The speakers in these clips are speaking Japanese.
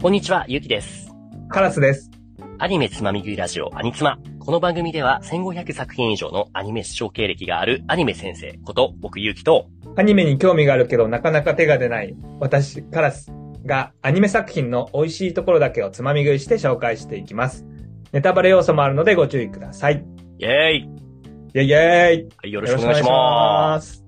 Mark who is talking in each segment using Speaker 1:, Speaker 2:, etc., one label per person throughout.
Speaker 1: こんにちは、ゆうきです。
Speaker 2: カラスです。
Speaker 1: アニメつまみ食いラジオ、アニツマ。この番組では1500作品以上のアニメ視聴経歴があるアニメ先生こと、僕ゆうきと、
Speaker 2: アニメに興味があるけどなかなか手が出ない私、カラスがアニメ作品の美味しいところだけをつまみ食いして紹介していきます。ネタバレ要素もあるのでご注意ください。
Speaker 1: イェーイ、
Speaker 2: イェイイェイ。
Speaker 1: はい、よろしくお願いしますす。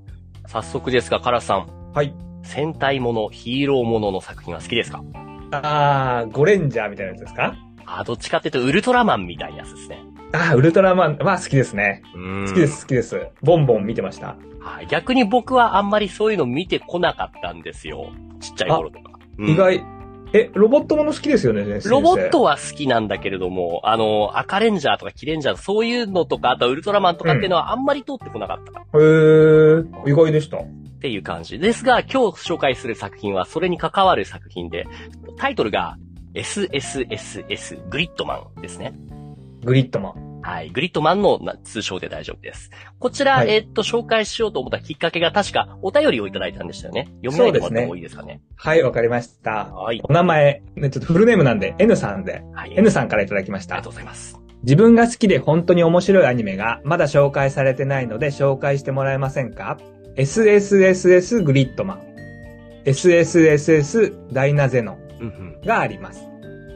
Speaker 1: 早速ですが、カラスさん、
Speaker 2: はい。
Speaker 1: 戦隊もの、ヒーローものの作品は好きですか
Speaker 2: あー、ゴレンジャーみたいなやつですか
Speaker 1: あ、どっちかっていうと、ウルトラマンみたいなやつですね。
Speaker 2: あー、ウルトラマンは好きですね。
Speaker 1: うーん
Speaker 2: 好きで。す、好きです。ボンボン見てました。
Speaker 1: はい逆に僕はあんまりそういうの見てこなかったんですよ。ちっちゃい頃とか。うん
Speaker 2: 意外。え、ロボットもの好きですよね、先生
Speaker 1: ロボットは好きなんだけれども、あの、赤レンジャーとかキレンジャーとかそういうのとか、あとはウルトラマンとかっていうのはあんまり通ってこなかった
Speaker 2: へー、意外でした。
Speaker 1: っていう感じ。ですが、今日紹介する作品はそれに関わる作品で、タイトルが SSSS グリッドマンですね。
Speaker 2: グリッドマン。
Speaker 1: はい。グリッドマンのな通称で大丈夫です。こちら、
Speaker 2: はい
Speaker 1: えっと、紹介しようと思ったきっかけが確かお便りをいただいたんでしたよね。読み上げてもらった方がいいですかね。
Speaker 2: はい、わかりました。
Speaker 1: はい。
Speaker 2: お名前、ね、ちょっとフルネームなんで、N さんで、
Speaker 1: はい。
Speaker 2: N さんからいただきま
Speaker 1: あ
Speaker 2: し
Speaker 1: りが
Speaker 2: た
Speaker 1: と。うございます。
Speaker 2: 自分が好きで本当に面白いアニメがまだ紹介されてないので紹介してもらえませんか ?SSSS グリッドマン、SSSS ダイナゼノン
Speaker 1: うんうん。
Speaker 2: があります。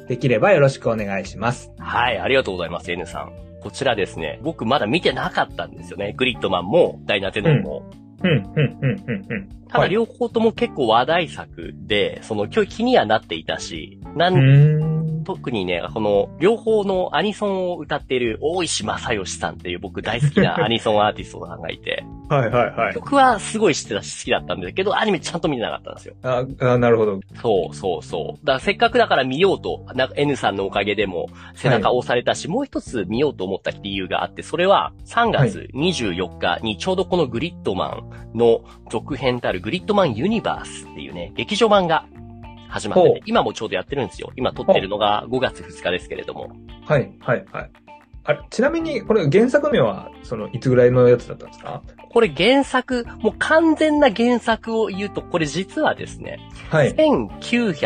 Speaker 2: できればよろしくお願いします。
Speaker 1: はい。ありがとうございます、N さん。こちらですね、僕まだ見てなかったんですよね。グリッドマンも、ダイナゼノンも。
Speaker 2: うん、うん、うん、うん、うん。
Speaker 1: ただ
Speaker 2: はい
Speaker 1: 両方とも結構話題作で、その今日気にはなっていたし、なん、
Speaker 2: う
Speaker 1: 特にね、この両方のアニソンを歌っている大石正義さんっていう僕大好きなアニソンアーティストさんがいて、
Speaker 2: ーん。はい、はい、 はい。
Speaker 1: 曲はすごい知ってたし好きだったんだけど、アニメちゃんと見てなかったんですよ。
Speaker 2: ああ、なるほど。
Speaker 1: そうそうそう。だからせっかくだから見ようと、なんか N さんのおかげでも背中を押されたし、もう一つ見ようと思った理由があって、それは3月24日にちょうどこのグリッドマンの続編たるグリッドマンユニバースっていうね、劇場版が始まって
Speaker 2: ほう
Speaker 1: て、今もちょうどやってるんですよ。今撮ってるのが5月2日ですけれども。
Speaker 2: はい、はい、はい。あれ、ちなみに、これ原作名は、その、いつぐらいのやつだったんですか
Speaker 1: これ原作、もう完全な原作を言うと、これ実はですね、
Speaker 2: はい。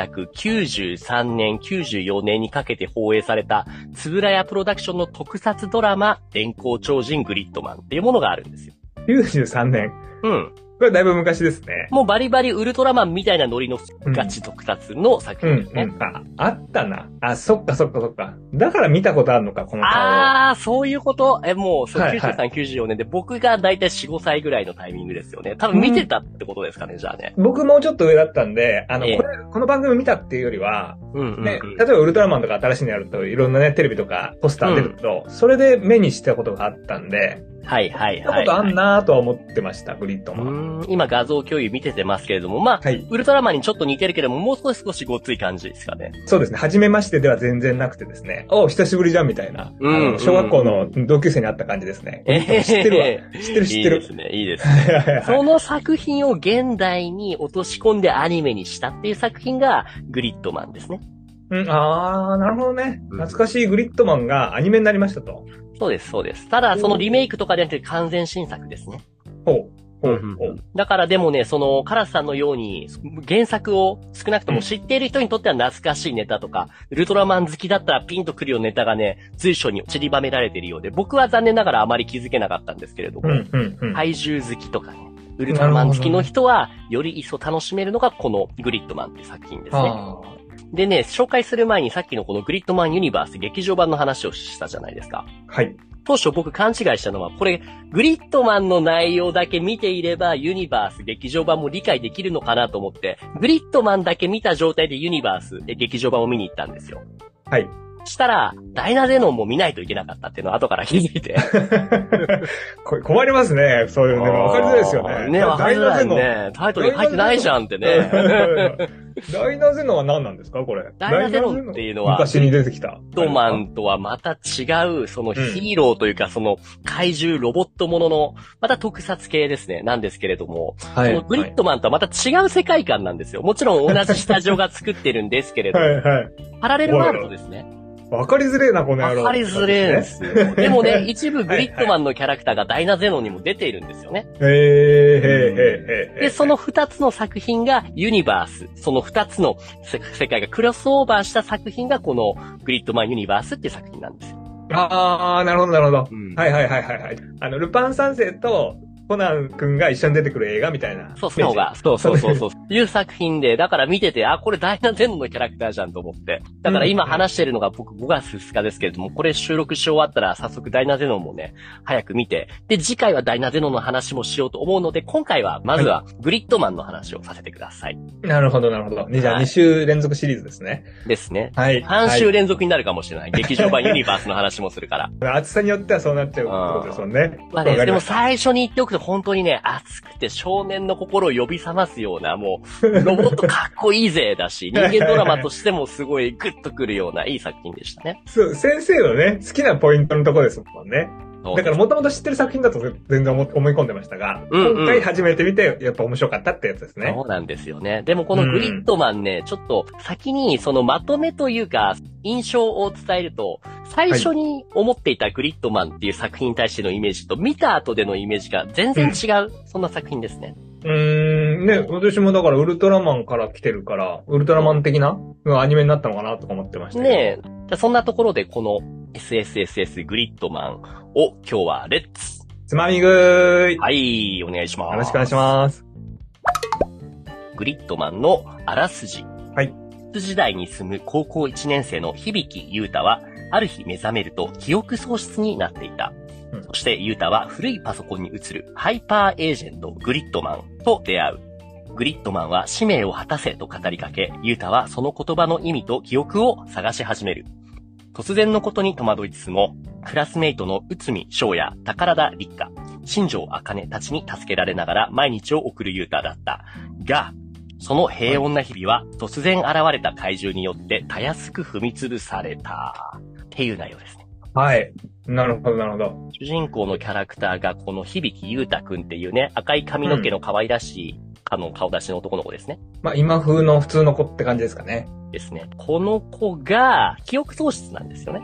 Speaker 1: 1993年、94年にかけて放映された、つぶらやプロダクションの特撮ドラマ、電光超人グリッドマンっていうものがあるんですよ。
Speaker 2: 93年。
Speaker 1: うん。
Speaker 2: これだいぶ昔ですね。
Speaker 1: もうバリバリウルトラマンみたいなノリのガチ特撮の作
Speaker 2: う
Speaker 1: 品
Speaker 2: ん
Speaker 1: ですね。
Speaker 2: うん。あ、あったな。あ、そっかそっかそっか。だから見たことあるのか、この顔。
Speaker 1: あー、そういうことえ、もう、そう
Speaker 2: はいはい
Speaker 1: 93、94年で、僕がだいたい4、5歳ぐらいのタイミングですよね。多分見てたってことですかね、じゃあね。
Speaker 2: 僕もうちょっと上だったんで、あの、
Speaker 1: ええ
Speaker 2: これ、この番組見たっていうよりは、
Speaker 1: うんうん、うん。
Speaker 2: ね、例えばウルトラマンとか新しいのやると、いろんなね、テレビとかポスター出ると、それで目にしたことがあったんで、
Speaker 1: はいはい
Speaker 2: 見た
Speaker 1: は
Speaker 2: こ
Speaker 1: い、
Speaker 2: とあ
Speaker 1: はい
Speaker 2: ん。なーとは思ってました、グリッド
Speaker 1: う
Speaker 2: マン。
Speaker 1: ーん今画像共有見ててますけれども、まあ、
Speaker 2: はい。
Speaker 1: ウルトラマンにちょっと似てるけども、もう少し少しごつい感じですかね。
Speaker 2: そうですね。初めましてでは全然なくてですね。おう久しぶりじゃんみたいな。
Speaker 1: うん
Speaker 2: あの小学校の同級生に会った感じですね。
Speaker 1: ええ
Speaker 2: 知ってるわ。知ってる知
Speaker 1: いい
Speaker 2: って
Speaker 1: で
Speaker 2: る。
Speaker 1: すね、いいです ね。
Speaker 2: はいはいはい
Speaker 1: その作品を現代に落とし込んでアニメにしたっていう作品が、グリッドマンですね。
Speaker 2: うん、あー、なるほどね。
Speaker 1: うん
Speaker 2: 懐かしいグリッドマンがアニメになりましたと。
Speaker 1: そうです、そうです。ただ、そのリメイクとかではなくて完全新作ですね。
Speaker 2: ほう。ほう。ほ
Speaker 1: う。
Speaker 2: うん
Speaker 1: だからでもね、その、カラスさんのように、原作を少なくとも知っている人にとっては懐かしいネタとか、ウルトラマン好きだったらピンとくるようなネタがね、随所に散りばめられているようで、僕は残念ながらあまり気づけなかったんですけれども、
Speaker 2: うん、うん、うん。
Speaker 1: 怪獣好きとかね、ウルトラマン好きの人は、より一層楽しめるのがこのグリッドマンって作品ですね。
Speaker 2: あー
Speaker 1: でね、紹介する前にさっきのこのグリッドマンユニバース劇場版の話をしたじゃないですか。
Speaker 2: はい。
Speaker 1: 当初僕勘違いしたのは、これ、グリッドマンの内容だけ見ていれば、ユニバース劇場版も理解できるのかなと思って、グリッドマンだけ見た状態でユニバースえ劇場版を見に行ったんですよ。
Speaker 2: はい。
Speaker 1: したら、ダイナゼノンも見ないといけなかったっていうのを後から気づいて。
Speaker 2: これ困りますね。そういうの。でもわかりづらいですよね。
Speaker 1: ね、わかりづらい
Speaker 2: ダイナ
Speaker 1: ね。タイトルに入ってないじゃんってね。
Speaker 2: ゼノン。 ダイナゼノンは何なんですかこれ。
Speaker 1: ダイナゼノンっていうのは
Speaker 2: ダイナゼノン昔に出てきた。
Speaker 1: グリッドマンとはまた違う、そのヒーローというか、その怪獣ロボットものの、また特撮系ですね、なんですけれども、
Speaker 2: はい。
Speaker 1: そのグリッドマンとはまた違う世界観なんですよ。もちろん同じスタジオが作ってるんですけれど
Speaker 2: は、い、はい。
Speaker 1: パラレルワールドですね。
Speaker 2: わかりづれえな、この野郎。
Speaker 1: わかりづれえんですよ。でもね、一部グリッドマンのキャラクターがダイナゼノンにも出ているんですよね。
Speaker 2: へえ、へえ、へえ。
Speaker 1: で、その二つの作品がユニバース、その二つの世世界がクロスオーバーした作品がこのグリッドマンユニバースっていう作品なんですよ。
Speaker 2: ああ、なるほど、なるほど。
Speaker 1: うん
Speaker 2: はいはいはいはいはい。あの、ルパン三世とコナン君が一緒に出てくる映画みたいな。
Speaker 1: そう、その方が、そうそうそうそう。いう作品で、だから見てて、あ、これダイナゼノンのキャラクターじゃんと思って。だから今
Speaker 2: うん
Speaker 1: 話してるのが僕5月2日ですけれども、これ収録し終わったら早速ダイナゼノンもね、早く見て。で、次回はダイナゼノンの話もしようと思うので、今回はまずはグリッドマンの話をさせてください。
Speaker 2: なるほど、なるほど。ね、じゃ
Speaker 1: は
Speaker 2: あ
Speaker 1: い
Speaker 2: 2週連続シリーズですね。
Speaker 1: ですね。
Speaker 2: はい。
Speaker 1: 半
Speaker 2: は
Speaker 1: 週
Speaker 2: い
Speaker 1: 連続になるかもしれない。劇場版ユニバースの話もする から。
Speaker 2: 厚さによってはそうなっちゃうってことですもんね。
Speaker 1: まあ
Speaker 2: わ
Speaker 1: ね、
Speaker 2: かり
Speaker 1: でも
Speaker 2: ました
Speaker 1: 最初に言っておくと本当にね、熱くて少年の心を呼び覚ますような、もう、 ロボットかっこいいぜだ し、人間ドラマとしてもすごいグッとくるような、いい作品でしたね。
Speaker 2: そう、先生のね、好きなポイントのとこですもんね。 だからもともと知ってる作品だと全然思思い込んでましたが、
Speaker 1: うんうん
Speaker 2: 今回初めて見て、やっぱ面白かったってやつですね。
Speaker 1: そうなんですよね。でもこのグリッドマンね、ちょっと先にそのまとめというか、印象を伝えると、最初に思っていたグリッドマンっていう作品に対してのイメージと、見た後でのイメージが全然違う、そんな作品ですね。
Speaker 2: うーん、ね、私もだからウルトラマンから来てるから、ウルトラマン的なアニメになったのかなとか思ってましたけど。
Speaker 1: ねえ。じゃあそんなところでこの SSSS グリッドマンを今日はレッツ
Speaker 2: つまみ食いよ
Speaker 1: はい、お願いします。
Speaker 2: ろしくお願いします。
Speaker 1: す。グリッドマンのあらすじ。
Speaker 2: はい。
Speaker 1: 時代に住む高校1年生の響優太は、ある日目覚めると記憶喪失になっていた。
Speaker 2: うん
Speaker 1: そして優太は古いパソコンに移るハイパーエージェントグリッドマンと出会う。グリッドマンは使命を果たせと語りかけ、ユータはその言葉の意味と記憶を探し始める。突然のことに戸惑いつつも、クラスメイトの内海翔也、宝田立花、新庄茜たちに助けられながら毎日を送るユータだった。が、その平穏な日々は突然現れた怪獣によってたやすく踏み潰された。っていう内容ですね。
Speaker 2: はい。なるほど、なるほど。
Speaker 1: 主人公のキャラクターがこの響優太くんっていうね、赤い髪の毛の可愛らしい、あの、顔出しの男の子ですね。
Speaker 2: まあ、今風の普通の子って感じですかね。
Speaker 1: ですね。この子が、記憶喪失なんですよね。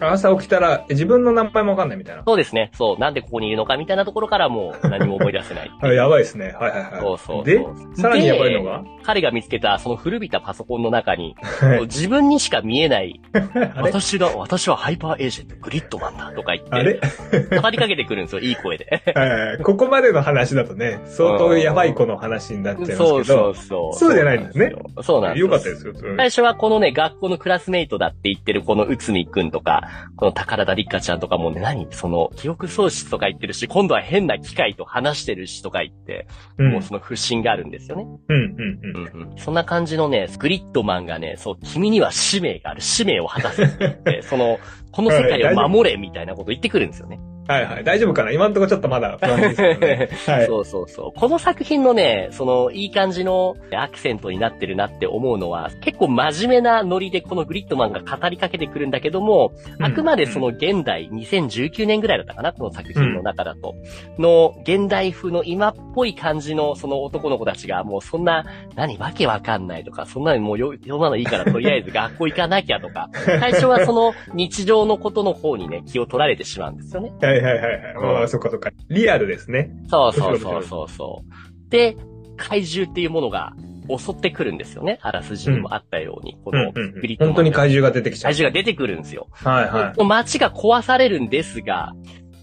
Speaker 2: 朝起きたら、自分の名前もわかんないみたいな。。
Speaker 1: そうですね。そう。なんでここにいるのかみたいなところからもう何も思い出せない
Speaker 2: あやばいですね。 はいはいはい。
Speaker 1: そうそうそう
Speaker 2: で、さらにやばいのが
Speaker 1: 彼が見つけたその古びたパソコンの中に、
Speaker 2: はい
Speaker 1: 自分にしか見えない、
Speaker 2: あれ
Speaker 1: 私だ、私はハイパーエージェント、グリッドマンだとか言
Speaker 2: あ
Speaker 1: っ
Speaker 2: れ
Speaker 1: て、語りかけてくるんですよ、いい声 で。
Speaker 2: はいここまでの話だとね、相当やばい子の話になっちゃいますけど。
Speaker 1: そうそうそう。
Speaker 2: そうじゃないんですね
Speaker 1: そう。そうなんです
Speaker 2: よかったですよ。
Speaker 1: 最初はこのね、学校のクラスメイトだって言ってるこの内海くんとか、この宝田立花ちゃんとかもね、何その、記憶喪失とか言ってるし、今度は変な機械と話してるしとか言って、
Speaker 2: うん、
Speaker 1: もうその不信があるんですよね。
Speaker 2: うん、うん、うん。
Speaker 1: うんうんそんな感じのね、グリッドマンがね、そう、君には使命がある、使命を果たせって言 って、その、この世界を守れみたいなこと言ってくるんですよね。
Speaker 2: はいはい。大丈夫かな今のところちょっとまだ不安ですけ どね。はい。
Speaker 1: そうそうそう。この作品のね、その、いい感じのアクセントになってるなって思うのは、結構真面目なノリでこのグリッドマンが語りかけてくるんだけども、あくまでその現代、2019年ぐらいだったかな、この作品の中だと。の、現代風の今っぽい感じの、その男の子たちが、もうそんな、何、わけわかんないとか、そんなにもうよ、そんなのいいから、とりあえず学校行かなきゃとか、最初はその日常のことの方にね、気を取られてしまうんですよね。
Speaker 2: うんはいはいはいはい。ああ、そっかそっか。リアルですね。
Speaker 1: そうそうそうそうそう。で、怪獣っていうものが襲ってくるんですよね。あらすじにもあったように、こ
Speaker 2: うん
Speaker 1: の
Speaker 2: うんう
Speaker 1: グリ
Speaker 2: ん
Speaker 1: ッドマンが
Speaker 2: 本当に怪獣が出てきちゃう
Speaker 1: 怪。獣が出てくるんですよ。
Speaker 2: はいは
Speaker 1: 街が壊されるんですが、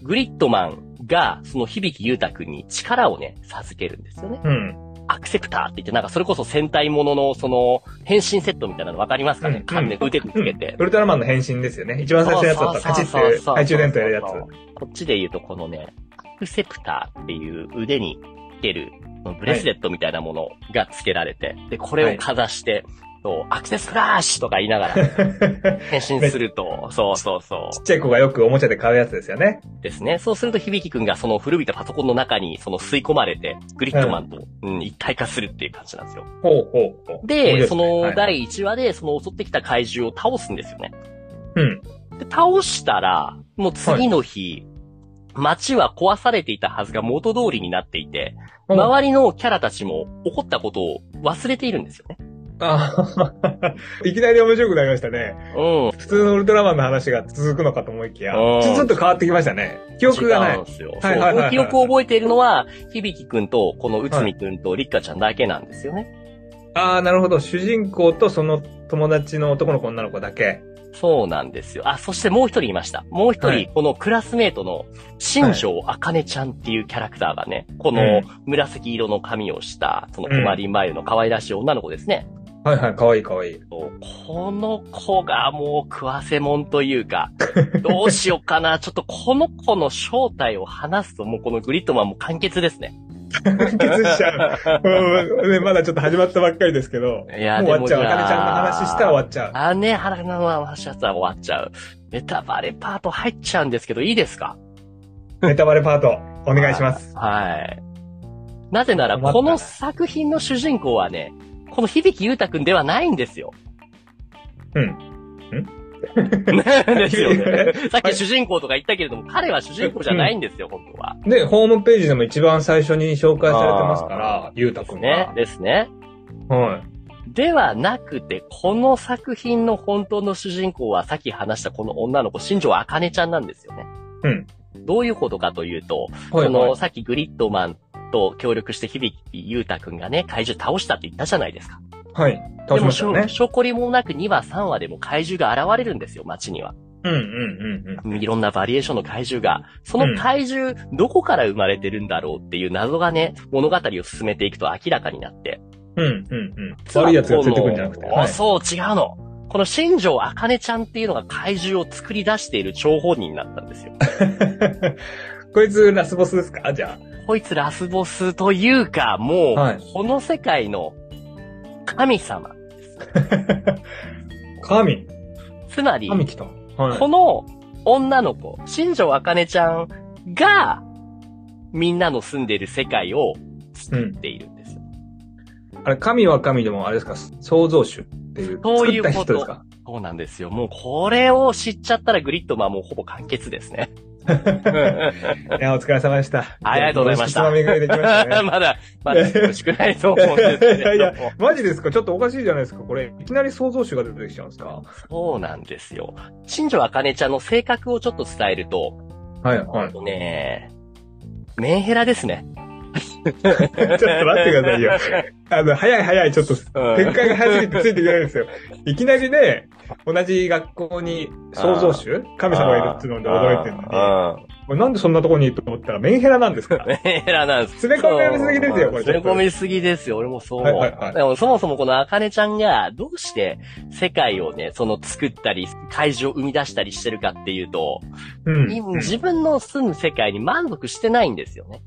Speaker 1: グリッドマンが、その響裕太くんに力をね、授けるんですよね。
Speaker 2: い。うん。
Speaker 1: アクセプターって言って、なんかそれこそ戦隊ものの、その、変身セットみたいなのわかりますか
Speaker 2: う
Speaker 1: ね
Speaker 2: ん
Speaker 1: 髪で腕につけて。
Speaker 2: ウルトラマンの変身ですよね。一番最初のやつだったら、カチッていう懐中電灯やるやつ。
Speaker 1: つ。こっちで言うと、このね、アクセプターっていう腕につける、ブレスレットみたいなものが付けられて、で、これをかざして、そうアクセスフラッシュとか言いながら変身すると、そうそうそう。
Speaker 2: ちっちゃい子がよくおもちゃで買うやつですよね。
Speaker 1: ですね。そうすると、響くんがその古びたパソコンの中にその吸い込まれて、グリッドマンと、うん一体化するっていう感じなんですよ。
Speaker 2: ほうほうほう。面白い
Speaker 1: で、
Speaker 2: すね
Speaker 1: その、
Speaker 2: はい
Speaker 1: 第1話で、その襲ってきた怪獣を倒すんですよね。
Speaker 2: うん。
Speaker 1: で、倒したら、もう次の日、街は壊されていたはずが元通りになっていて、
Speaker 2: うん
Speaker 1: 周りのキャラたちも起こったことを忘れているんですよね。
Speaker 2: あー いきなり面白くなりましたね。
Speaker 1: うん。
Speaker 2: 普通のウルトラマンの話が続くのかと思いきや、
Speaker 1: うん
Speaker 2: ちょちょっと変わってきましたね。記憶がな
Speaker 1: 違う
Speaker 2: い
Speaker 1: ん。ですよ。
Speaker 2: はいはいはいはい
Speaker 1: そう記憶を覚えているのは、響くんと、この内海くんとりっかちゃんだけなんですよね。
Speaker 2: ああ、なるほど。主人公とその友達の男の子女の子だけ。
Speaker 1: そうなんですよ。あ、そしてもう一人いました。もう一人、
Speaker 2: はい
Speaker 1: このクラスメートの、新庄あかねちゃんっていうキャラクターがね、こ
Speaker 2: う
Speaker 1: の
Speaker 2: ん
Speaker 1: 紫色の髪をした、その泊まり前の可愛らしい女の子ですね。
Speaker 2: はいはい、かわいいかわいい。
Speaker 1: この子がもう食わせもんという か、どうしようかな。ちょっとこの子の正体を話すと、もうこのグリッドマンも完結ですね。
Speaker 2: 完結しち ゃう。うんねまだちょっと始まったばっかりですけど。
Speaker 1: いや
Speaker 2: もう終わっちゃう。
Speaker 1: でもじゃあ
Speaker 2: あかねちゃんの話したら終わっちゃう。
Speaker 1: あね、原の話は終わっちゃう。ネタバレパート入っちゃうんですけど、いいですか
Speaker 2: ネタバレパート、お願いします。
Speaker 1: はい。なぜなら、
Speaker 2: 困った
Speaker 1: この作品の主人公はね、この響裕太くんではないん ですよ。
Speaker 2: うん
Speaker 1: んですよ ね。さっき主人公とか言ったけれども、彼は主人公じゃないんですよ、本当は。
Speaker 2: で、ホームページでも一番最初に紹介されてますから、ゆうたくん
Speaker 1: ね
Speaker 2: が。。
Speaker 1: ですね。
Speaker 2: は
Speaker 1: ではなくて、この作品の本当の主人公は、さっき話したこの女の子、新庄あかねちゃんなんですよね。
Speaker 2: うん。
Speaker 1: どういうことかというと、
Speaker 2: い。はい
Speaker 1: その、
Speaker 2: はい。
Speaker 1: さっきグリッドマンと協力して響き、ゆうたくんがね、怪獣倒したって言ったじゃないですか。
Speaker 2: はい。倒しましたよ
Speaker 1: でも
Speaker 2: ね
Speaker 1: しょ、。証拠りもなく2話、3話でも怪獣が現れるんですよ、街には。
Speaker 2: うんうんうん
Speaker 1: いろんなバリエーションの怪獣が。その怪獣、どこから生まれてるんだろうっていう謎がね、物語を進めていくと明らかになって。
Speaker 2: うん。うんうんうん。悪い奴が連れてくんじゃなくて。
Speaker 1: この
Speaker 2: はい
Speaker 1: そう、違うの。この新庄あかねちゃんっていうのが怪獣を作り出している張本人だったんです よ。
Speaker 2: こいつラスボスですかじゃ
Speaker 1: こいつラスボスというか、もう、
Speaker 2: はい
Speaker 1: この世界の神様。
Speaker 2: あ。神。
Speaker 1: つまり、
Speaker 2: 神来た。はい。
Speaker 1: この女の子、新庄あかねちゃんが、みんなの住んでいる世界を作っているんですよ。
Speaker 2: あれ、神は神でも、あれですか、創造主っていう。
Speaker 1: そういうこと
Speaker 2: 作った人ですか
Speaker 1: そうなんですよ。もうこれを知っちゃったらグリッドマンもうほぼ完結です ね。
Speaker 2: いや、お疲れ様でした。
Speaker 1: ありがとうございました
Speaker 2: 美味しくつまみ食いできまし たね。
Speaker 1: まだ、まだよろしくないと思うんですけれども。
Speaker 2: いやいやマジですかちょっとおかしいじゃないですかこれ、いきなり創造主が出てきちゃうんですか
Speaker 1: そうなんですよ。新庄あかねちゃんの性格をちょっと伝えると、
Speaker 2: はい、は
Speaker 1: あ。とね、メンヘラですね。
Speaker 2: ちょっと待ってくださいよ。あの、早い早い、ちょっと、展開が早すぎてついていけないんですよ。いきなりね、同じ学校に創造主神様がいるっていうので驚いてるのに
Speaker 1: の
Speaker 2: これ、なんでそんなとこにいると思ったらメンヘラなんですから。
Speaker 1: に。メンヘラなんです
Speaker 2: 詰め込みすぎですよ、これ。
Speaker 1: 詰め込みすぎですよ、俺もそう思う。
Speaker 2: はいはいはい
Speaker 1: でもそもそもこのアカネちゃんがどうして世界をね、その作ったり、怪獣を生み出したりしてるかっていうと、
Speaker 2: うん。
Speaker 1: 自分の住む世界に満足してないんですよね。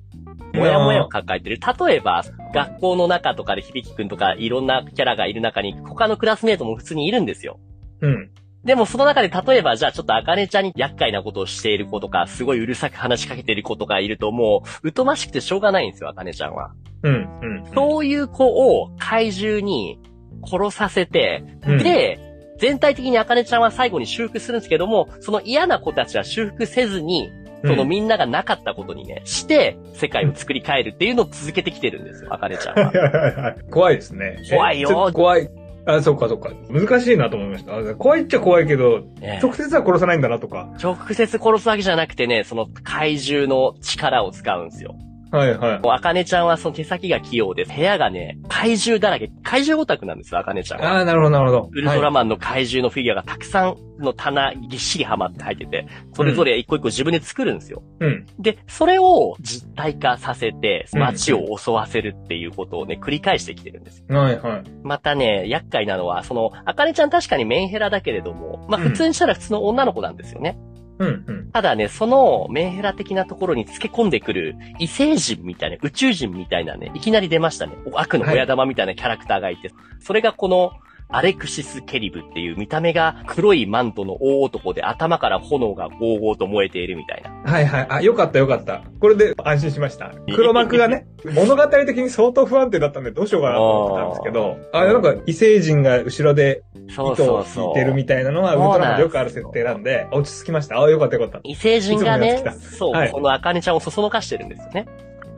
Speaker 1: もやもやを抱えてる。例えば、学校の中とかで響くんとかいろんなキャラがいる中に他のクラスメートも普通にいるんですよ。
Speaker 2: うん。
Speaker 1: でもその中で例えばじゃあちょっとアカネちゃんに厄介なことをしている子とか、すごいうるさく話しかけている子とかいるともう、疎ましくてしょうがないんですよ、アカネちゃんは。
Speaker 2: うん。うん。
Speaker 1: そういう子を怪獣に殺させて、
Speaker 2: うん
Speaker 1: で、全体的にアカネちゃんは最後に修復するんですけども、その嫌な子たちは修復せずに、そのみんながなかったことにね、して、世界を作り変えるっていうのを続けてきてるん ですよ、アカネちゃんは。
Speaker 2: 怖いですね。
Speaker 1: 怖いよ
Speaker 2: えちょっと怖い。あ、そっかそっか。難しいなと思いました。あ怖いっちゃ怖いけど、
Speaker 1: ね
Speaker 2: 直接は殺さないんだなとか。
Speaker 1: 直接殺すわけじゃなくてね、その怪獣の力を使うんですよ。
Speaker 2: はいはい。
Speaker 1: もうアカネちゃんはその手先が器用で、部屋がね、怪獣だらけ、怪獣オタクなんですよ、アカネちゃんは。
Speaker 2: ああ、なるほどなるほど。
Speaker 1: ウルトラ
Speaker 2: はい
Speaker 1: マンの怪獣のフィギュアがたくさんの棚ぎっしりはまって入ってて、それぞれ一個一個自分で作るんですよ。
Speaker 2: うん。
Speaker 1: で、それを実体化させて、
Speaker 2: うん
Speaker 1: 街を襲わせるっていうことをね、繰り返してきてるんですよ。
Speaker 2: はいはい。
Speaker 1: またね、厄介なのは、その、アカネちゃん確かにメンヘラだけれども、まあ
Speaker 2: うん
Speaker 1: 普通にしたら普通の女の子なんですよね。
Speaker 2: うんうん。
Speaker 1: ただね、そのメンヘラ的なところに付け込んでくる異星人みたいな、宇宙人みたいなね、いきなり出ましたね。お悪の親玉みたいなキャラクターがいて、それがこの、アレクシス・ケリブっていう見た目が黒いマントの大男で頭から炎がゴーゴーと燃えているみたいな。
Speaker 2: はいはい。あ、よかったよかった。これで安心しました。黒幕 がね、物語的に相当不安定だったんでどうしようかなと思ってたんですけど、あ、なんか異星人が後ろで
Speaker 1: そう
Speaker 2: 糸
Speaker 1: そう
Speaker 2: を引
Speaker 1: そ。
Speaker 2: いうてるみたいなのはウルトラマンでよくある設定なんで、落ち着きました。あ、よかったよかっ
Speaker 1: 異星人が
Speaker 2: いつ
Speaker 1: ね
Speaker 2: ものやつ、
Speaker 1: そう、
Speaker 2: はい
Speaker 1: このアカネちゃんをそそのかしてるんですよね。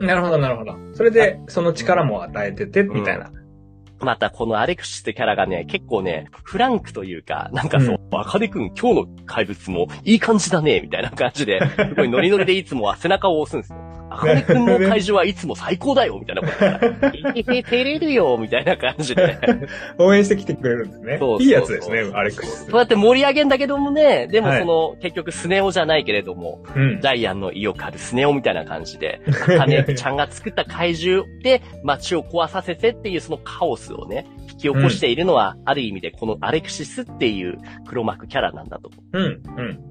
Speaker 2: た。なるほどなるほど。それで、その力も与えてて、みたいな。
Speaker 1: またこのアレクシスってキャラがね、結構ね、フランクというか、なんかそう、バカデ君今日の怪物もいい感じだね、みたいな感じで、すごいノリノリでいつも背中を押すんですよ。あかねくんの会場はいつも最高だよみたいなこと言って、照れるよみたいな感じで。
Speaker 2: 応援してきてくれるんですね。
Speaker 1: そうそうそう
Speaker 2: いいやつですね、アレックス。
Speaker 1: そうやって盛り上げんだけどもね、でもその、結局スネ夫じゃないけれども、
Speaker 2: うん
Speaker 1: ジ。ャイアンの意を狩るスネ夫みたいな感じで、カネちゃんが作った怪獣で街を壊させてっていうそのカオスをね、引き起こしているのは、ある意味でこのアレクシスっていう黒幕キャラなんだと思う。
Speaker 2: うん。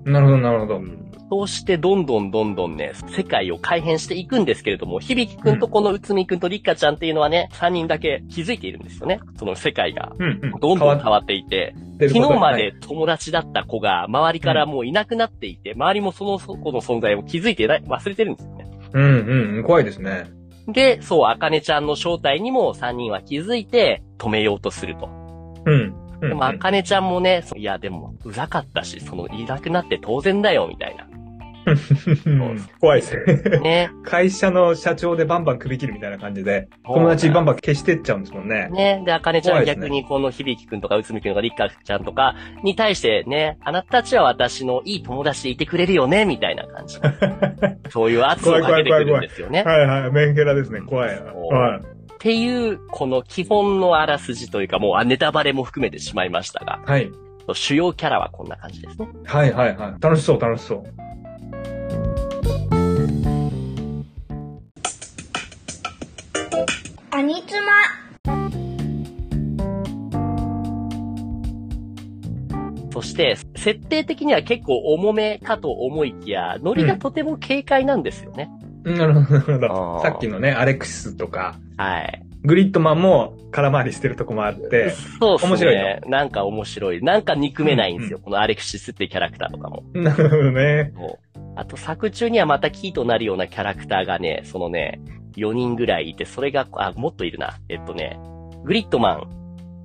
Speaker 2: うん。なるほど、なるほど。
Speaker 1: そうしてどんどんどんどんね、世界を改変していくんですけれども、響くんとこの内海くんとリッカちゃんっていうのはね、3人だけ気づいているんですよね。その世界が。
Speaker 2: うん。うん。
Speaker 1: どん
Speaker 2: 変
Speaker 1: ど
Speaker 2: わ
Speaker 1: ん
Speaker 2: っ
Speaker 1: 変わっていて、
Speaker 2: てる
Speaker 1: 昨
Speaker 2: こと
Speaker 1: 日ま
Speaker 2: は
Speaker 1: で
Speaker 2: い
Speaker 1: 友達だった子が周りからもういなくなっていて、周りもその子の存在を気づいてない、忘れてるんですよね。
Speaker 2: うんうんうん。怖いですね。
Speaker 1: で、そう、あかねちゃんの正体にも3人は気づいて止めようとすると。
Speaker 2: うん。うん
Speaker 1: でも、あかねちゃんもね、そういや、でも、うざかったし、その、いなくなって当然だよ、みたい な。
Speaker 2: うん 怖いですね。
Speaker 1: ね。
Speaker 2: 会社の社長でバンバン首切るみたいな感じで、友達バンバン消してっちゃうんですもんね。
Speaker 1: ね。で、あかねちゃん
Speaker 2: 怖
Speaker 1: はい
Speaker 2: ですね
Speaker 1: 逆にこの響くんとか、うつみくんとか、りっかちゃんとかに対してね、あなたたちは私のいい友達でいてくれるよね、みたいな感 じ。そういう圧をかけてくるんですよね。
Speaker 2: はいはい。メンヘラですね。怖いな。
Speaker 1: そう
Speaker 2: はい。
Speaker 1: っていう、この基本のあらすじというか、もうあネタバレも含めてしまいましたが、
Speaker 2: はい。
Speaker 1: 主要キャラはこんな感じですね。
Speaker 2: はいはいはい。楽しそう、楽しそう。
Speaker 3: アニツマ
Speaker 1: そして、設定的には結構重めかと思いきや、ノリがとても軽快なんですよね。
Speaker 2: なるほど、なるほ
Speaker 1: あ
Speaker 2: ど。
Speaker 1: ー
Speaker 2: さっきのね、アレクシスとか、
Speaker 1: はい。
Speaker 2: グリッドマンも空回りしてるとこもあ って、
Speaker 1: そうですね。
Speaker 2: 面白い
Speaker 1: なんか面白い。なんか憎めないんですよ。このアレクシスってキャラクターとかも。
Speaker 2: なるほどね。
Speaker 1: あと作中にはまたキーとなるようなキャラクターがね、そのね、4人ぐらいいて、それが、あ、もっといるな。えっとね、グリッドマ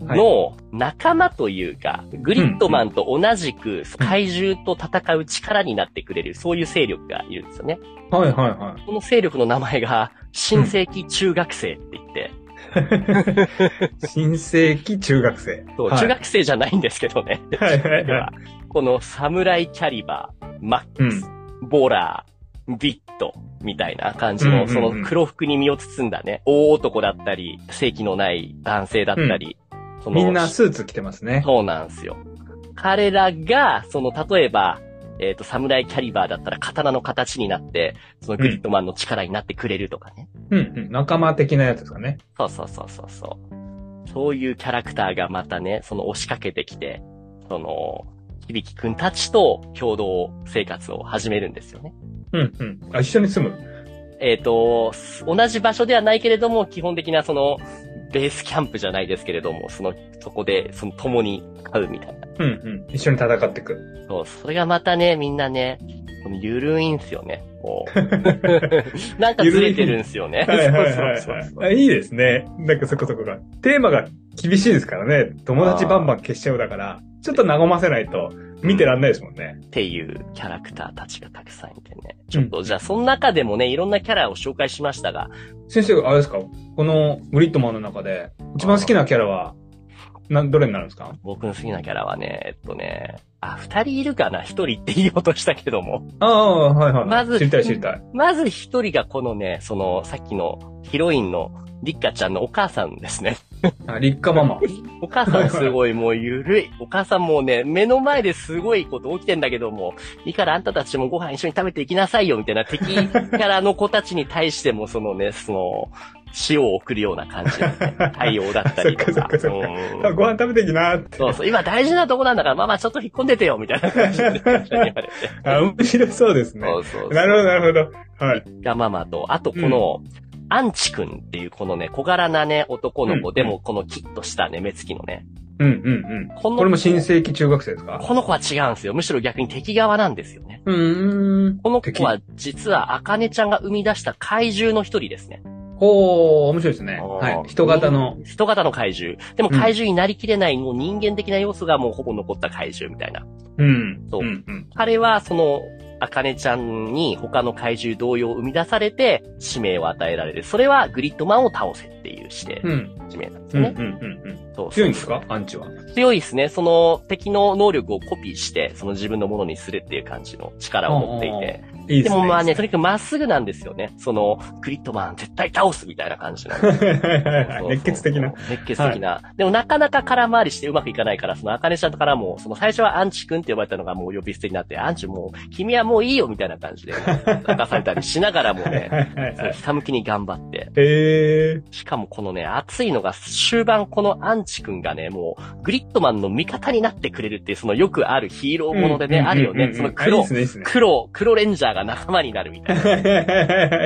Speaker 1: ンの仲間というか、グリッドマンと同じく怪獣と戦う力になってくれる、そういう勢力がいるんですよね。
Speaker 2: はいはいは
Speaker 1: この勢力の名前が、新世紀中学生って言って、
Speaker 2: い。新世紀中学生。
Speaker 1: そう
Speaker 2: はい
Speaker 1: 中学生じゃないんですけどね。
Speaker 2: はいはい
Speaker 1: で
Speaker 2: は
Speaker 1: は、このサムライキャリバー、マックス、ボラー、ビット、みたいな感じ
Speaker 2: うんうんう
Speaker 1: の、
Speaker 2: ん
Speaker 1: その黒服に身を包んだね、大男だったり、性器のない男性だったり、その
Speaker 2: い。みんなスーツ着てますね。
Speaker 1: そうなんですよ。彼らが、その、例えば、えっ、と、サムライキャリバーだったら刀の形になって、そのグリッドマンの力になってくれるとかね。
Speaker 2: うんうん。仲間的なやつですかね。
Speaker 1: そうそうそうそうそう。そういうキャラクターがまたね、その押しかけてきて、その、響くんたちと共同生活を始めるんですよね。
Speaker 2: うんうん。あ、一緒に住む。
Speaker 1: えっ、と、同じ場所ではないけれども、基本的なその、ベースキャンプじゃないですけれども、その、そこで、その、共に会うみたいな。
Speaker 2: うんうん。一緒に戦ってく。
Speaker 1: そう、それがまたね、みんなね、このゆるいんすよね。こ う。なんかずれてるんすよね。
Speaker 2: はいはいはい
Speaker 1: そうそうそう
Speaker 2: はい。あいいですね。なんかそこそこが。テーマが厳しいですからね。友達バンバン消しちゃうだから、ちょっと和ませないと見てらんないですもんね。
Speaker 1: っていうキャラクターたちがたくさんいてね。ちょっと、じゃあ、その中でもね、いろんなキャラを紹介しましたが、
Speaker 2: 先生、あれですかこのグリッドマンの中で、一番好きなキャラは、なん、どれになるんですか
Speaker 1: 僕の好きなキャラはね、えっとね、あ、二人いるかな一人って言おうとしたけども。
Speaker 2: ああ、はいはい。
Speaker 1: まず
Speaker 2: 知りたい知りたい。
Speaker 1: まず一人がこのね、その、さっきのヒロインのリッカちゃんのお母さんですね。
Speaker 2: あ、立花ママ。
Speaker 1: お母さんすごいもうゆるい。お母さんもうね、目の前ですごいこと起きてんだけども、いいからあんたたちもご飯一緒に食べていきなさいよ、みたいな敵キャラの子たちに対しても、そのね、 その、塩を送るような感じの、ね、 対応だったりと
Speaker 2: そっ
Speaker 1: か
Speaker 2: か。そっかそっか
Speaker 1: うん
Speaker 2: あご飯食べてきなって。
Speaker 1: そうそう、今大事なとこなんだから、ママちょっと引っ込んでてよ、みたいな感じで、言われて。
Speaker 2: あ、面白そうですね。
Speaker 1: そうそうそう
Speaker 2: なるほど、なるほど。はい。
Speaker 1: がママと、あとこの、アンチ君っていうこのね、小柄なね、男の子、
Speaker 2: うん
Speaker 1: でもこのキッとしたね、目つきのね。
Speaker 2: うんうん
Speaker 1: こ
Speaker 2: うん。
Speaker 1: の
Speaker 2: これも新世紀中学生ですか
Speaker 1: この子は違うんですよ。むしろ逆に敵側なんですよね。
Speaker 2: うーん。
Speaker 1: この子は実は、アカネちゃんが生み出した怪獣の一人ですね。
Speaker 2: おー、面白いですね。
Speaker 1: お
Speaker 2: は
Speaker 1: ー
Speaker 2: い。人型の。。
Speaker 1: 人型の怪獣。でも
Speaker 2: うん
Speaker 1: 怪獣になりきれない、もう人間的な要素がもうほぼ残った怪獣みたいな。
Speaker 2: うん。
Speaker 1: そうん
Speaker 2: うん。
Speaker 1: 彼は、その、アカネちゃんに他の怪獣同様生み出されて、使命を与えられる。それはグリッドマンを倒せっていう指定、
Speaker 2: うん。
Speaker 1: 使命なんです
Speaker 2: うん、うん、
Speaker 1: ね。
Speaker 2: うん。
Speaker 1: そうそう
Speaker 2: 強いんですかアンチは。
Speaker 1: 強いですね。その敵の能力をコピーして、その自分のものにするっていう感じの力を持ってい
Speaker 2: うんうん
Speaker 1: て。
Speaker 2: いいで
Speaker 1: です
Speaker 2: ね。
Speaker 1: もまあね、とにかくまっすぐなんですよね。その、グリッドマン絶対倒すみたいな感じなんで
Speaker 2: はいはいはい
Speaker 1: そう
Speaker 2: は
Speaker 1: そ
Speaker 2: い。
Speaker 1: う
Speaker 2: 熱血的な。。
Speaker 1: 熱血的な。でもなかなか空回りしてうまくいかないから、そのアカネちゃんとからも、その最初はアンチ君って呼ばれたのがもう呼び捨てになって、アンチもう、君はもういいよみたいな感 じで、泣かされたりしながらも
Speaker 2: はいは
Speaker 1: ね、
Speaker 2: いはい
Speaker 1: そ
Speaker 2: は
Speaker 1: う
Speaker 2: い。
Speaker 1: ひたむきに頑張って。
Speaker 2: え
Speaker 1: しかもこのね、熱いのが終盤このアンチ君がね、もう、グリッドマンの味方になってくれるっていう、そのよくあるヒーロ
Speaker 2: ー。
Speaker 1: ーものでね、
Speaker 2: うんうんうんうん
Speaker 1: あるよね。その
Speaker 2: あいい
Speaker 1: 黒
Speaker 2: で、すね、いいですね。
Speaker 1: 黒、黒レンジャーが仲間になるみたいな。
Speaker 2: はいはいはいはい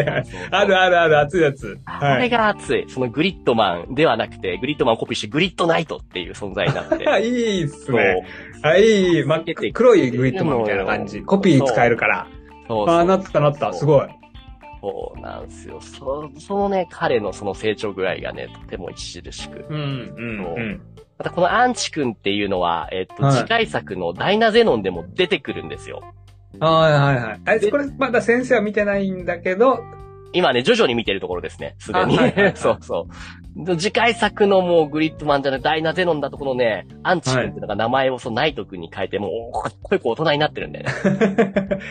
Speaker 2: はい。あるあるある、熱いやつ。
Speaker 1: あ
Speaker 2: は
Speaker 1: れ
Speaker 2: い。
Speaker 1: が熱い。そのグリッドマンではなくて、グリッドマンをコピーしてグリッドナイトっていう存在にな って。
Speaker 2: あいいっす
Speaker 1: そう
Speaker 2: ね。あ、いい。ま、黒いグリッドマンみたいな感じ。コピー使えるから。
Speaker 1: そう
Speaker 2: ああ、なったなった。すごい。
Speaker 1: そうなんですよ。そ、そのね、彼のその成長具合がね、とても著しく。
Speaker 2: うん、うん、
Speaker 1: またこのアンチ君っていうのは、えっと、
Speaker 2: はい
Speaker 1: 次回作のダイナゼノンでも出てくるんですよ。
Speaker 2: うん。はいはいはい。あいつ、これ、まだ先生は見てないんだけど、
Speaker 1: 今ね、徐々に見てるところですね、すでに
Speaker 2: あはいはいは。い
Speaker 1: そうそう。次回作のもうグリッドマンじゃない、ダイナゼノンだとこのね、アンチ君っていうのが名前をそのナイト君に変えて、もう、おーかっこよく大人になってるんだよね。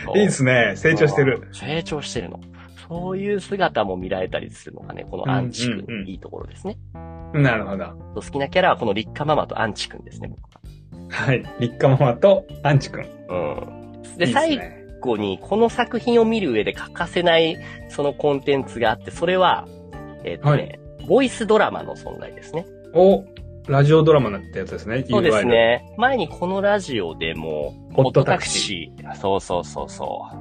Speaker 1: そう
Speaker 2: いいですね。成長してる。
Speaker 1: 成長してるの。そういう姿も見られたりするのがね、このアンチ君
Speaker 2: うんうんう
Speaker 1: の
Speaker 2: ん
Speaker 1: いいところですね。
Speaker 2: なるほど。
Speaker 1: 好きなキャラはこの立花ママとアンチ君ですね、僕
Speaker 2: はい。立花ママとアンチ君。
Speaker 1: は。うん。で、
Speaker 2: いいす
Speaker 1: 最
Speaker 2: ね。
Speaker 1: 後にこの作品を見る上で欠かせないそのコンテンツがあって、それは、えっ、とね、
Speaker 2: はい
Speaker 1: ボイスドラマの存在ですね。
Speaker 2: お、ラジオドラマなってやつですね。
Speaker 1: そうです
Speaker 2: いわ
Speaker 1: ね。前にこのラジオでも、
Speaker 2: ゆる。オットタクシー。
Speaker 1: シー。そうそうそうそう。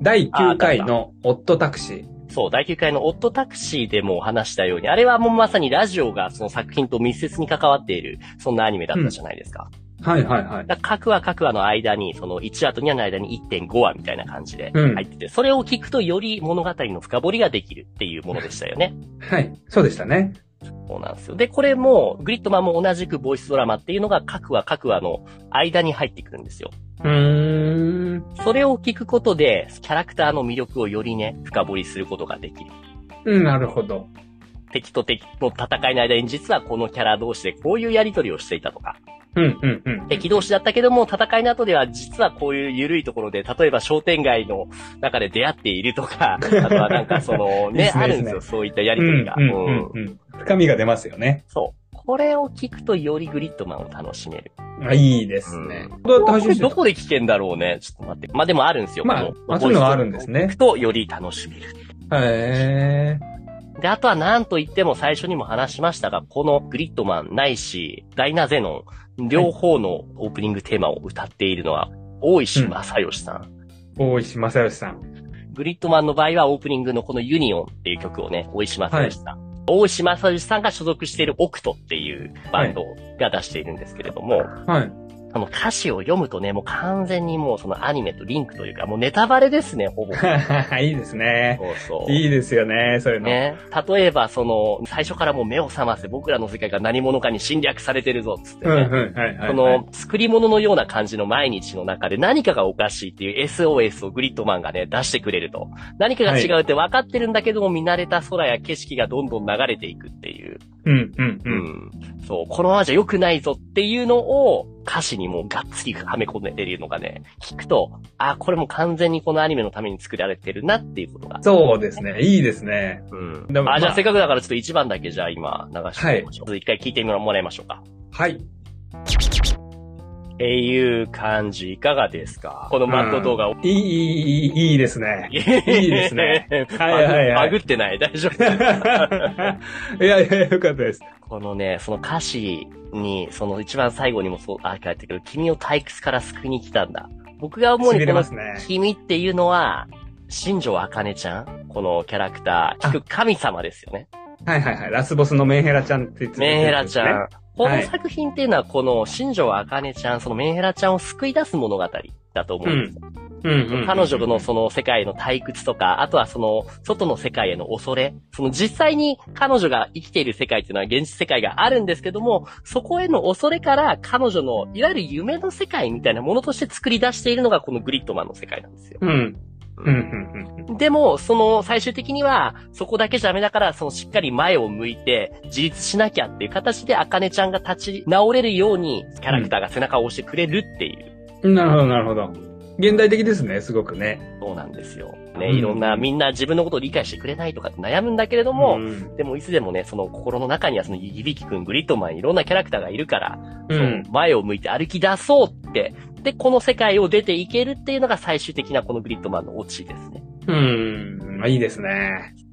Speaker 2: 第9回のオットタクシー。
Speaker 1: そう、第9回のオットタクシーでも話したように、あれはもうまさにラジオがその作品と密接に関わっている、そんなアニメだったじゃないですか。
Speaker 2: はいはいはい。
Speaker 1: だから各話各話の間に、その1話と2話の間に1.5話みたいな感じで
Speaker 2: うん
Speaker 1: 入ってて、それを聞くとより物語の深掘りができるっていうものでしたよね。
Speaker 2: はい。そうでしたね。
Speaker 1: そうなんですよ。で、これも、グリッドマンも同じくボイスドラマっていうのが各話各話の間に入ってくるんですよ。
Speaker 2: うーん。
Speaker 1: それを聞くことで、キャラクターの魅力をよりね、深掘りすることができる。
Speaker 2: うん、なるほど。
Speaker 1: 敵と敵の戦いの間に実はこのキャラ同士でこういうやりとりをしていたとか、
Speaker 2: うん、うん、うん。
Speaker 1: 敵同士だったけども戦いの後では実はこういう緩いところで、例えば商店街の中で出会っていると か、あとはなんかその
Speaker 2: いい
Speaker 1: ね
Speaker 2: っ、すね
Speaker 1: あるんです
Speaker 2: いい
Speaker 1: よ、
Speaker 2: っ
Speaker 1: そういったや
Speaker 2: う
Speaker 1: りとり
Speaker 2: ん
Speaker 1: が。、
Speaker 2: うん、うん
Speaker 1: うん
Speaker 2: うん。深みが出ますよね。
Speaker 1: そう。これを聞くとよりグリッドマンを楽しめる。
Speaker 2: あ、いいですね。どうやって配信して
Speaker 1: ど
Speaker 2: る
Speaker 1: こで聞けんだろうね。ちょっと待って。まあでもあるんですよ。
Speaker 2: まあ
Speaker 1: この
Speaker 2: まあそういうのはあるんですね
Speaker 1: 聞くとより楽しめる。
Speaker 2: へ
Speaker 1: で、あとは何と言っても最初にも話しましたが、このグリッドマンないし、ダイナゼノン、両方のオープニングテーマを歌っているのは、大石正義さん。
Speaker 2: ー。大石正義さん。
Speaker 1: グリッドマンの場合はオープニングのこのユニオンっていう曲をね、大石正義さん。大石正義さんが所属しているオクトっていうバンドが出しているんですけれども、
Speaker 2: はい。
Speaker 1: その歌詞を読むとね、もう完全にもうそのアニメとリンクというか、もうネタバレですね、 ほぼ。そ
Speaker 2: いいですね。
Speaker 1: うそう。
Speaker 2: いいですよね、そういうの。
Speaker 1: ね。例えば、その、最初からもう目を覚ませ、僕らの世界が何者かに侵略されてるぞ、つって
Speaker 2: うん、
Speaker 1: ね。
Speaker 2: うん、はい、はい。
Speaker 1: そ
Speaker 2: はい、
Speaker 1: の、作り物のような感じの毎日の中で何かがおかしいっていう SOS をグリッドマンがね、出してくれると。何かが違うって分かってるんだけども、見慣れた空や景色がどんどん流れていくっていう。
Speaker 2: うん、うん、うん。
Speaker 1: そう、このままじゃ良くないぞっていうのを歌詞にもうがっつりはめ込んでるのがね、聞くと、あ、これもう完全にこのアニメのために作られてるなっていうことが。
Speaker 2: そうですね、いいですね。
Speaker 1: うん。
Speaker 2: でも
Speaker 1: あ、じゃ
Speaker 2: ま
Speaker 1: あ
Speaker 2: あ
Speaker 1: せっかくだからちょっと一番だけじゃあ今流してみましょう。一回聞いてもらいましょうか。
Speaker 2: はい。
Speaker 1: っていう感じいかがですかこのマット動画を。
Speaker 2: いい、いい、いい、いいですね。
Speaker 1: いい
Speaker 2: いですね。はいはいは
Speaker 1: バ
Speaker 2: い
Speaker 1: グ。ってない。大 丈
Speaker 2: い
Speaker 1: 夫。
Speaker 2: やいや、よかったです。
Speaker 1: このね、その歌詞に、その一番最後にもそう、あ、書いてあるけど、君を退屈から救いに来たんだ。僕が思う
Speaker 2: 痺
Speaker 1: に、
Speaker 2: れ
Speaker 1: こ
Speaker 2: ま
Speaker 1: の
Speaker 2: すね。
Speaker 1: 君っていうのは、新庄あかねちゃんこのキャラクター、聞く神様ですよね。
Speaker 2: はいはいはい。ラスボスのメンヘラちゃんって言ってたやつですね
Speaker 1: メンヘラちゃん。この
Speaker 2: はい
Speaker 1: 作品っていうのは、この新庄あかねちゃん、そのメンヘラちゃんを救い出す物語だと思うんですよ。
Speaker 2: うんうんうん
Speaker 1: 彼女のその世界の退屈とか、あとはその外の世界への恐れ、その実際に彼女が生きている世界っていうのは現実世界があるんですけども、そこへの恐れから彼女のいわゆる夢の世界みたいなものとして作り出しているのがこのグリッドマンの世界なんですよ。
Speaker 2: うん。うん、うん、
Speaker 1: でも、その最終的には、そこだけじゃダメだから、そのしっかり前を向いて、自立しなきゃっていう形で、アカネちゃんが立ち直れるように、キャラクターが背中を押してくれるっていう。
Speaker 2: うん。なるほど、なるほど。現代的ですね、すごくね。
Speaker 1: そうなんですよ。
Speaker 2: う
Speaker 1: ね、
Speaker 2: ん
Speaker 1: いろんな、みんな自分のことを理解してくれないとかって悩むんだけれども、
Speaker 2: ん、
Speaker 1: でもいつでもね、その心の中にはその響くん、グリッドマン、いろんなキャラクターがいるから、
Speaker 2: う
Speaker 1: その
Speaker 2: ん。
Speaker 1: 前を向いて歩き出そうって、で、この世界を出ていけるっていうのが最終的なこのグリッドマンのオチですね。
Speaker 2: うん。まあ、いいですね。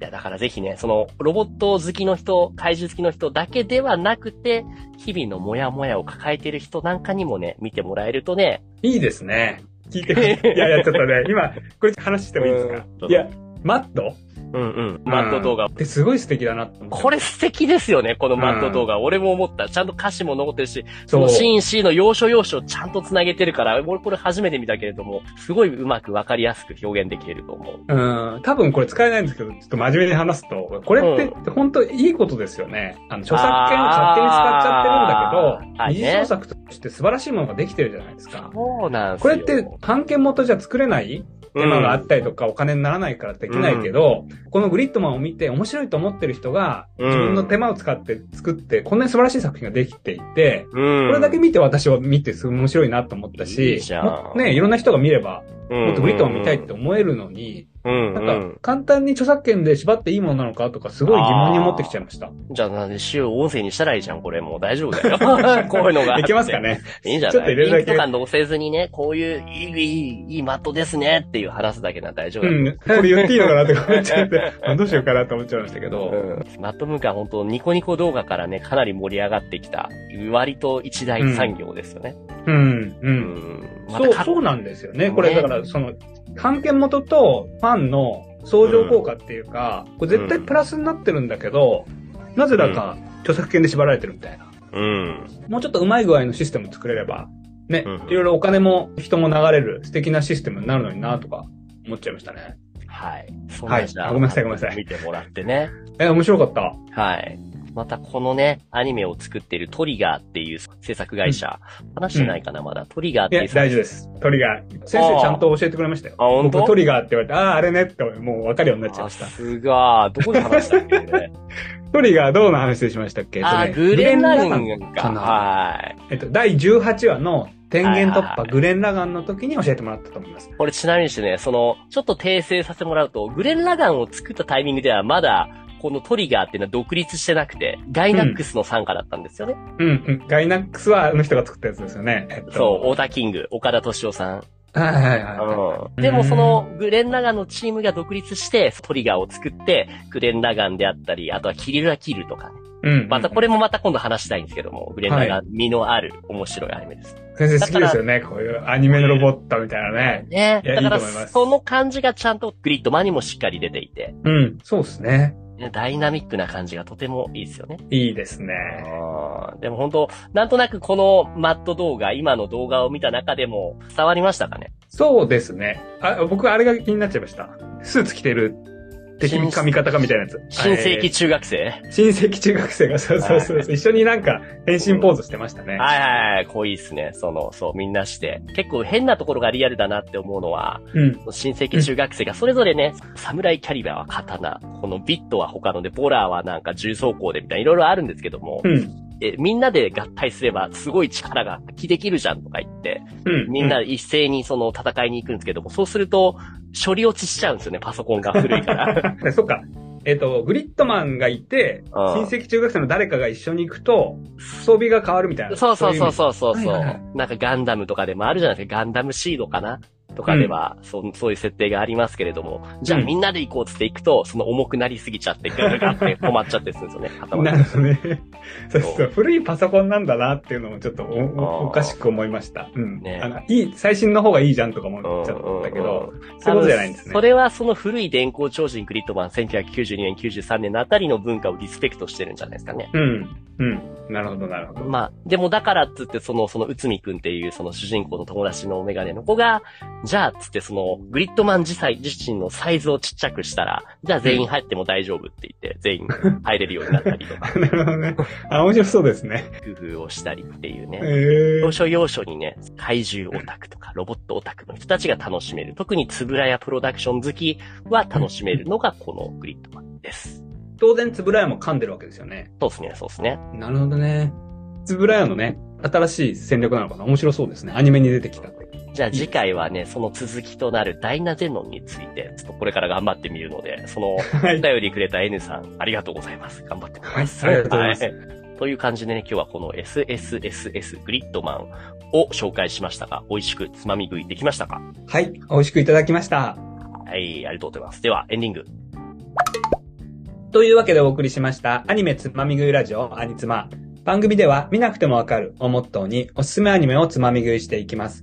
Speaker 1: いや、だからぜひね、その、ロボット好きの人、怪獣好きの人だけではなくて、日々のモヤモヤを抱えている人なんかにもね、見てもらえるとね、
Speaker 2: いいですね。聞いてくだ さい。いや、やっちゃったね。今、これ話してもいいですか
Speaker 1: うん
Speaker 2: いや、マット
Speaker 1: うんうん、マット動画。
Speaker 2: ってすごい素敵だなと思って。
Speaker 1: これ素敵ですよね、このマット動画。俺も思った。ちゃんと歌詞も残ってるし、そのシーン C の要所要所をちゃんと繋げてるから、俺これ初めて見たけれども、すごいうまくわかりやすく表現できてると思う。
Speaker 2: うん、多分これ使えないんですけど、ちょっと真面目に話すと、これって、本当いいことですよね。あの、著作権を勝手に使っちゃってるんだけど、
Speaker 1: あー
Speaker 2: 二次創作として素晴らしいものができてるじゃないですか。
Speaker 1: そうなんです
Speaker 2: こ
Speaker 1: よ。
Speaker 2: れって、版権元じゃ作れない手間があったりとか、お金にならないからできないけど、このグリッドマンを見て面白いと思ってる人が、
Speaker 1: うん
Speaker 2: 自分の手間を使って作って、こんなに素晴らしい作品ができていて、
Speaker 1: うん、
Speaker 2: これだけ見て私は見てすごい面白いなと思った
Speaker 1: いい
Speaker 2: し
Speaker 1: じゃ、ん
Speaker 2: もね、いろんな人が見れば、もっとグリッドマン見たいって思えるのに、
Speaker 1: うん、うん、
Speaker 2: なんか、簡単に著作権で縛っていいものなのかとか、すごい疑問に思ってきちゃいました。
Speaker 1: じゃあなんで、週音声にしたらいいじゃん、これ。もう大丈夫だ よ。こういうのがあって。
Speaker 2: いけますかね
Speaker 1: いいんじゃない
Speaker 2: ちょっと入れるだけ
Speaker 1: リンクとか載せずにね、こういう、いい、いい、いいマットですねっていう話すだけなら大丈夫
Speaker 2: う
Speaker 1: だよ。
Speaker 2: ん。これ言っていいのかなって思っちゃって、あどうしようかなと思っちゃいましたけど。
Speaker 1: マットムーンカーは本当ニコニコ動画からね、かなり盛り上がってきた、割と一大産業ですよね。
Speaker 2: うん、う。
Speaker 1: うんん。ま
Speaker 2: そう、
Speaker 1: たか
Speaker 2: そうなんですよね。これ、
Speaker 1: ね
Speaker 2: だから、その、版権元とファンの相乗効果っていうか、これ絶対プラスになってるんだけど、なぜだか著作権で縛られてるみたいな。
Speaker 1: うん。
Speaker 2: もうちょっとうまい具合のシステム作れれば、ね
Speaker 1: うん、
Speaker 2: いろいろお金も人も流れる素敵なシステムになるのになとか思っちゃいましたね。
Speaker 1: はい。そ
Speaker 2: はい
Speaker 1: じゃあ
Speaker 2: あごめんなさいごめんなさい
Speaker 1: 見てもらってね。
Speaker 2: え、面白かった。
Speaker 1: はい。またこのね、アニメを作ってるトリガーっていう制作会社、話してないかな、まだ。トリガーっ
Speaker 2: い
Speaker 1: てい
Speaker 2: や、
Speaker 1: う制作
Speaker 2: 大丈夫です。トリガー。先生ちゃんと教えてくれましたよ。
Speaker 1: あ、本当
Speaker 2: 僕トリガーって言われて、ああ、あれねってもう分かるようになっちゃいました
Speaker 1: さ。すが、どこで話したっけ、 ね、
Speaker 2: トリガーどうの話でしましたっけ
Speaker 1: あ、
Speaker 2: えっとね
Speaker 1: グレンラガ
Speaker 2: グレ
Speaker 1: ンか。
Speaker 2: かな
Speaker 1: はい。
Speaker 2: えっと、第18話の天元突
Speaker 1: はいはいは
Speaker 2: 破
Speaker 1: い
Speaker 2: グレンラガンの時に教えてもらったと思います。
Speaker 1: これちなみにしてね、その、ちょっと訂正させてもらうと、グレンラガンを作ったタイミングではまだ、このトリガーっていうのは独立してなくて、ガイナックスの傘下だったんですよね。
Speaker 2: うん、うん。ガイナックスはあの人が作ったやつですよね。えっと、
Speaker 1: そう、オーダーキング、岡田敏夫さん。
Speaker 2: う。はいはいは
Speaker 1: うんでもそのグレン・ラガンのチームが独立してトリガーを作って、グレン・ラガンであったり、あとはキリル・ラ・キルとかね。
Speaker 2: い。うん。
Speaker 1: またこ
Speaker 2: れ。
Speaker 1: れもまた今度話したいんですけども、グレン・ラガン身のある面白いアニメです。
Speaker 2: 先生好きですよね。こういうアニメのロボットみたいなね。
Speaker 1: ね
Speaker 2: いや
Speaker 1: だから
Speaker 2: いいと思います
Speaker 1: その感じがちゃんとグリッドマンにもしっかり出ていて、
Speaker 2: うん。そうですね。
Speaker 1: ねダイナミックな感じがとてもいいですよね。
Speaker 2: いいですね。
Speaker 1: うんでも本当なんとなくこのマット動画、今の動画を見た中でも伝わりましたかね
Speaker 2: そうですね。あ、僕あれが気になっちゃいました。スーツ着てる敵
Speaker 1: 新
Speaker 2: 髪型かみたいなやつ。
Speaker 1: 新世
Speaker 2: え
Speaker 1: 紀中学生
Speaker 2: ー新世紀中学生が、そうそうそうそう。一緒になんか変身ポーズしてました
Speaker 1: は
Speaker 2: ね。
Speaker 1: いはいはい、濃いですね。その、そう、みんなして。結構変なところがリアルだなって思うのは、
Speaker 2: うん。
Speaker 1: 親戚中学生がそれぞれね、侍キャリバーは刀、このビットは他ので、ボラーはなんか重装甲でみたいな、いろいろあるんですけども、
Speaker 2: うん。
Speaker 1: えみんなで合体すればすごい力が発揮できるじゃんとか言って、
Speaker 2: うん。
Speaker 1: みんな
Speaker 2: う
Speaker 1: 一斉にその戦いに行くんですけども、そうすると、処理落ちしちゃうんですよね、パソコンが古い から。
Speaker 2: ん。そっか。えっ、と、グリッドマンがいて、
Speaker 1: うん
Speaker 2: 親戚中学生の誰かが一緒に行くと、装備が変わるみたいな。
Speaker 1: そうそうそう
Speaker 2: う
Speaker 1: そうそうそう、
Speaker 2: はいはいはい
Speaker 1: なんかガンダムとかでもあるじゃないですか。ガンダムシードかなとかでは、そ、そういう設定がありますけれども、じゃあ
Speaker 2: うん
Speaker 1: みんなで行こうっつって行くと、その重くなりすぎちゃって、ガガガって止まっちゃってするんですよね、
Speaker 2: いう意味。
Speaker 1: 頭
Speaker 2: な
Speaker 1: が。
Speaker 2: るほどね。そう
Speaker 1: そう
Speaker 2: そう。古いパソコンなんだなっていうのもちょっとお
Speaker 1: あー
Speaker 2: おおかしく思いました。うん。
Speaker 1: ね
Speaker 2: あの、いい、最新の方がいいじゃんとか思っちゃったけど、そういうことじゃないんです
Speaker 1: そ
Speaker 2: ね。
Speaker 1: れはその古い電光超人グリッドマン1992年、93年のあたりの文化をリスペクトしてるんじゃないですかね。
Speaker 2: うん。うん。なるほど、なるほど。
Speaker 1: まあ、でもだからっつって、その、その、内海くんっていう、その主人公の友達のメガネの子が、じゃあ、つってその、グリッドマン自体自身のサイズをちっちゃくしたら、じゃあ全員入っても大丈夫って言って、全員入れるようになったりと か。
Speaker 4: なるほどね。あ、面白そうですね。
Speaker 1: 工夫をしたりっていうね。
Speaker 4: え
Speaker 1: 要所要所にね、怪獣オタクとかロボットオタクの人たちが楽しめる。特につぶらやプロダクション好きは楽しめるのがこのグリッドマンです。
Speaker 2: 当然、つぶらやも噛んでるわけですよね。
Speaker 1: そうですね、そうですね。
Speaker 2: なるほどね。つぶらやのね、新しい戦略なのかな面白そうですね。アニメに出てきたって。
Speaker 1: じゃあ次回はね、その続きとなるダイナゼノンについて、ちょっとこれから頑張ってみるので、その、
Speaker 4: ーは
Speaker 1: お
Speaker 4: い。
Speaker 1: 便りくれた N さん、ありがとうございます。頑張ってください。
Speaker 2: ありがとうございます。
Speaker 1: はいという感じでね、今日はこの SSSS グリッドマンを紹介しましたが、美味しくつまみ食いできましたか
Speaker 2: はい。美味しくいただきまし
Speaker 1: は
Speaker 2: た。
Speaker 1: い、ありがとうございます。では、エンディング。
Speaker 2: というわけでお送りしました、アニメつまみ食いラジオ、アニツマ。番組では、見なくてもわかるをモットーに、おすすめアニメをつまみ食いしていきます。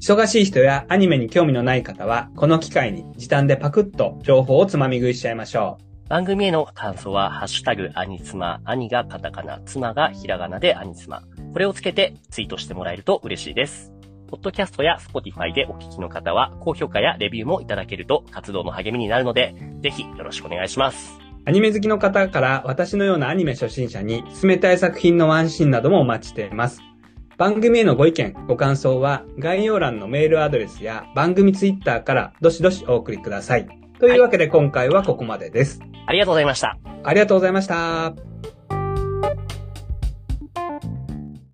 Speaker 2: 忙しい人やアニメに興味のない方は、この機会に時短でパクッと情報をつまみ食いしちゃいましょ
Speaker 1: 番組への感想は、ハッシュタグ、アニツマ、兄がカタカナ、妻がひらがなでアニツマ。これをつけてツイートしてもらえると嬉しいです。ポッドキャストや Spotify でお聞きの方は、高評価やレビューもいただけると活動の励みになるので、ぜひよろしくお願いします。
Speaker 2: う。アニメ好きの方から私のようなアニメ初心者に進めたい作品のワンシーンなどもお待ちしています。番組へのご意見、ご感想は概要欄のメールアドレスや番組ツイッターからどしどしお送りください。というわけで今回はここまでです。
Speaker 1: ありがとうございました。
Speaker 2: ありがとうございました。